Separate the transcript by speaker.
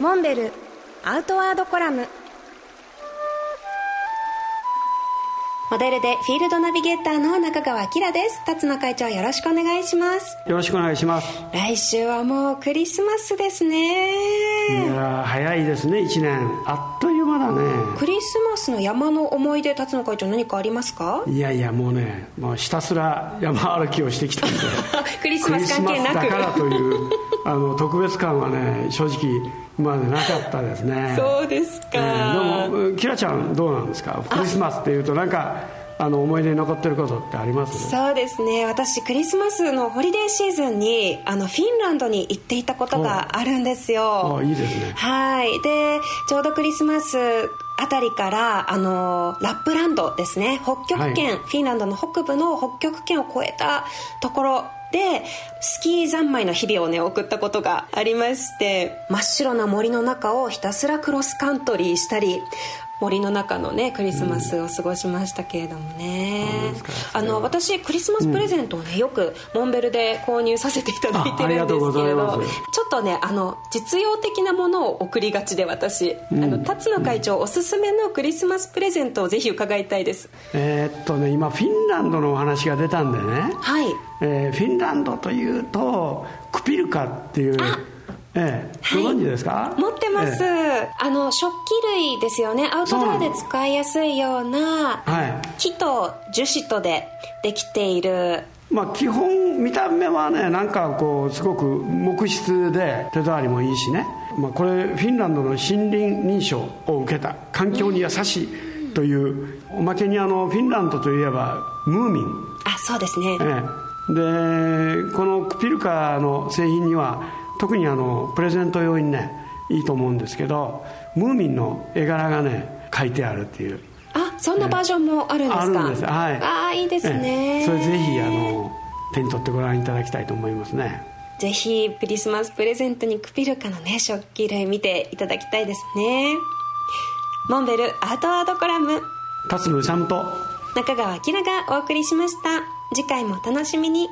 Speaker 1: モンベルアウトワードコラムモデルでフィールドナビゲーターの中川明です辰野会長よろしくお願いします
Speaker 2: よろしくお願いします
Speaker 1: 来週はもうクリスマスです
Speaker 2: い
Speaker 1: ね
Speaker 2: やー早いですね1年あっという間だね
Speaker 1: クリスマスの山の思い出辰野会長何かありますか
Speaker 2: いやいやもうねもうひたすら山歩きをしてきたんで
Speaker 1: クリスマス関係な
Speaker 2: ク
Speaker 1: く
Speaker 2: リスマスだからというあの特別感はね正直までなかったですね
Speaker 1: そうですか、
Speaker 2: えーでもキラちゃんどうなんですかクリスマスっていうとなんかあの思い出に残ってることってあります
Speaker 1: そうですね私クリスマスのホリデーシーズンにあのフィンランドに行っていたことがあるんですよ
Speaker 2: あいいですね
Speaker 1: はいでちょうどクリスマスあたりからあのラップランドですね北極圏、
Speaker 2: はい
Speaker 1: フィンランドの北部の北極圏を越えたところでスキー三昧の日々をね送ったことがありまして真っ白な森の中をひたすらクロスカントリーしたり森の中のねクリスマスを過ごしましたけれどもね、
Speaker 2: そうですか
Speaker 1: あの私クリスマスプレゼントをね、よくモンベルで購入させていただいて
Speaker 2: ああり
Speaker 1: るん
Speaker 2: がと
Speaker 1: で
Speaker 2: うご
Speaker 1: す
Speaker 2: ざ
Speaker 1: けれ
Speaker 2: い
Speaker 1: ど
Speaker 2: ます
Speaker 1: ちょっとねあの実用的なものを送りがちで私、あの辰野会長おすすめのクリスマスプレゼントをぜひ伺いたいです
Speaker 2: えーっとね今フィンランドのお話が出たんでね
Speaker 1: はい
Speaker 2: えーフィンランドというとクピルカっていう、ええ
Speaker 1: はい
Speaker 2: ご存知ですか
Speaker 1: 持ってます、
Speaker 2: え
Speaker 1: あの食器類ですよねアウトドアで使いやすいような
Speaker 2: えは
Speaker 1: 木と樹脂とでできている
Speaker 2: いまあ基本見た目はねなんかこうすごく木質で手触りもいいしね、まあ、これフィンランドの森林認証を受けた環境に優しいというおまけにあのフィンランドといえばムーミン
Speaker 1: あそうですね
Speaker 2: ええ、でこのクピルカの製品には特にあのプレゼント用にねいいと思うんですけどムーミンの絵柄がね書いてあるっていう
Speaker 1: あそんなバージョンもあるんですか
Speaker 2: あるんですはい
Speaker 1: あーいいです
Speaker 2: え
Speaker 1: ね、
Speaker 2: えそれぜひあの手に取ってご覧いただきたいと思いますね
Speaker 1: ぜひクリスマスプレゼントにクピルカのね食器類見ていただきたいですねモンベルアートワードコラム
Speaker 2: 辰野勇と
Speaker 1: 中川明がお送りしました次回もお楽しみに